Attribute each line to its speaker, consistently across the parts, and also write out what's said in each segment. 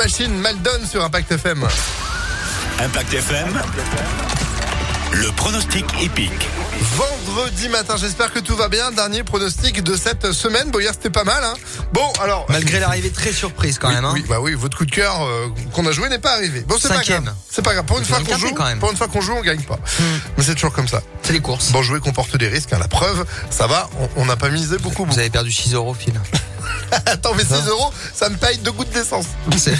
Speaker 1: Machine Maldon sur Impact FM.
Speaker 2: Impact FM, le pronostic épique.
Speaker 1: Vendredi matin, j'espère que tout va bien. Dernier pronostic de cette semaine. Bon, hier c'était pas mal. Hein. Bon, alors.
Speaker 3: Malgré l'arrivée très surprise quand
Speaker 1: Oui,
Speaker 3: même. Hein.
Speaker 1: oui, bah oui, votre coup de cœur euh, qu'on a joué n'est pas arrivé. Bon, c'est pas
Speaker 3: Cinquième.
Speaker 1: grave. C'est pas grave. Pour une
Speaker 3: Vous
Speaker 1: fois
Speaker 3: avez
Speaker 1: qu'on
Speaker 3: tapé
Speaker 1: joue,
Speaker 3: quand même. Hmm.
Speaker 1: pour une fois qu'on joue, on gagne pas. Mais c'est toujours comme ça.
Speaker 3: C'est les courses.
Speaker 1: Bon jouer comporte des risques. hein. La preuve, ça va. on- On n'a pas misé beaucoup.
Speaker 3: Vous avez perdu 6 euros, Phil.
Speaker 1: Attends, mais 6 euros, ça me paye deux gouttes d'essence.
Speaker 3: C'est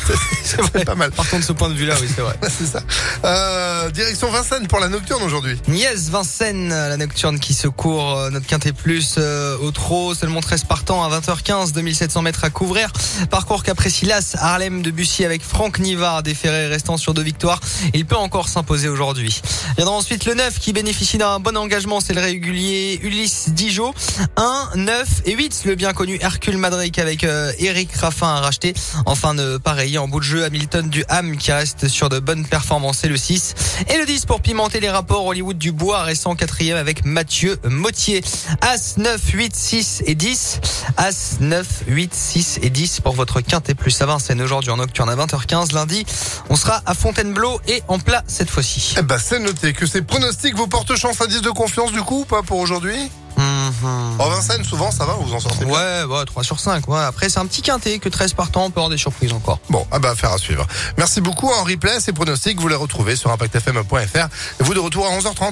Speaker 1: C'est pas mal.
Speaker 3: Partant de ce point de vue-là, oui, c'est vrai.
Speaker 1: C'est ça. Euh, direction Vincennes pour la nocturne aujourd'hui.
Speaker 3: Nièce Vincennes, la nocturne qui secourt euh, notre quintet plus euh, au trot, seulement 13 partants à 20h15, 2700 mètres à couvrir. Parcours qu'après Silas, Harlem de Bussy avec Franck Nivard, déféré restant sur deux victoires. Il peut encore s'imposer aujourd'hui. Viendra ensuite le 9 qui bénéficie d'un bon engagement, c'est le régulier Ulysse Dijon. 1, 9 et 8, le bien connu Hercule Madric avec euh, Eric Raffin à racheter. Enfin, de pareil, en bout de jeu, Hamilton du Ham qui reste sur de bonnes performances, c'est le 6. Et le 10 pour pimenter les rapports Hollywood du Bois, restant quatrième avec Mathieu Mottier. As 9, 8, 6 et 10. As 9, 8, 6 et 10 pour votre quintet plus à Vincennes aujourd'hui en nocturne à 20h15. Lundi, on sera à Fontainebleau et en plat cette fois-ci.
Speaker 1: Eh ben, c'est noté que ces pronostics vous portent chance indice de confiance du coup ou pas pour aujourd'hui
Speaker 3: Mhm.
Speaker 1: En Vincennes, souvent, ça va, vous en sortez bien.
Speaker 3: Ouais, ouais, 3 sur 5. Ouais. Après, c'est un petit quintet que 13 partants, on peut avoir des surprises encore.
Speaker 1: Bon, ah bah, affaire à suivre. Merci beaucoup. En replay, ces pronostics, vous les retrouvez sur impactfm.fr. Et vous de retour à 11h30.